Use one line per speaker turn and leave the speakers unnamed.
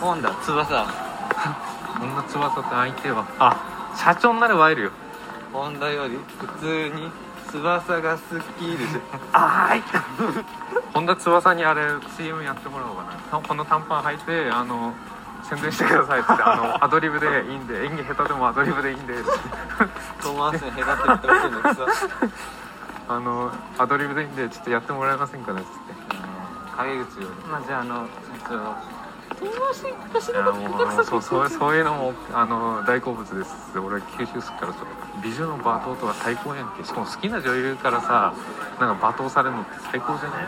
なんだ翼
こんな翼と相手はあ社長になれば会えるよ
本田より普通に翼が好 きでしょ
あーい本田翼にあれ CM やってもらおうかなこの短パン履いてあの宣伝してくださいってあ のアドリブでいいんで演技下手でもアドリブでいいんで
遠回しに隔てるってほしいのに さ
あのアドリブでいいんでちょっとやってもらえませんかねっつって陰口よ
まあじゃああの社長
りいやもうそうそうそういうのもあの大好物です俺吸収するからちょっと美女の罵倒とか最高やんけしかも好きな女優からさなんか罵倒されるのって最高じゃない